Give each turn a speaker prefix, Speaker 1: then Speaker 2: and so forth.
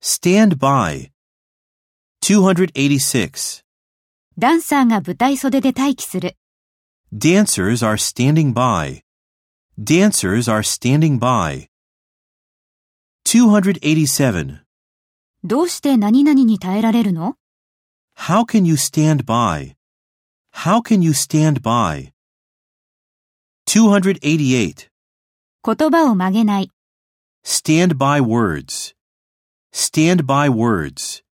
Speaker 1: Stand by. 286.
Speaker 2: ダンサーが舞台袖で待機する。
Speaker 1: Dancers are standing by. Dancers are standing by. 287.
Speaker 2: どうして何々に耐えられるの
Speaker 1: How can you stand by? How can you stand by? 288.
Speaker 2: 言葉を曲げない。
Speaker 1: Stand by words. Stand by words.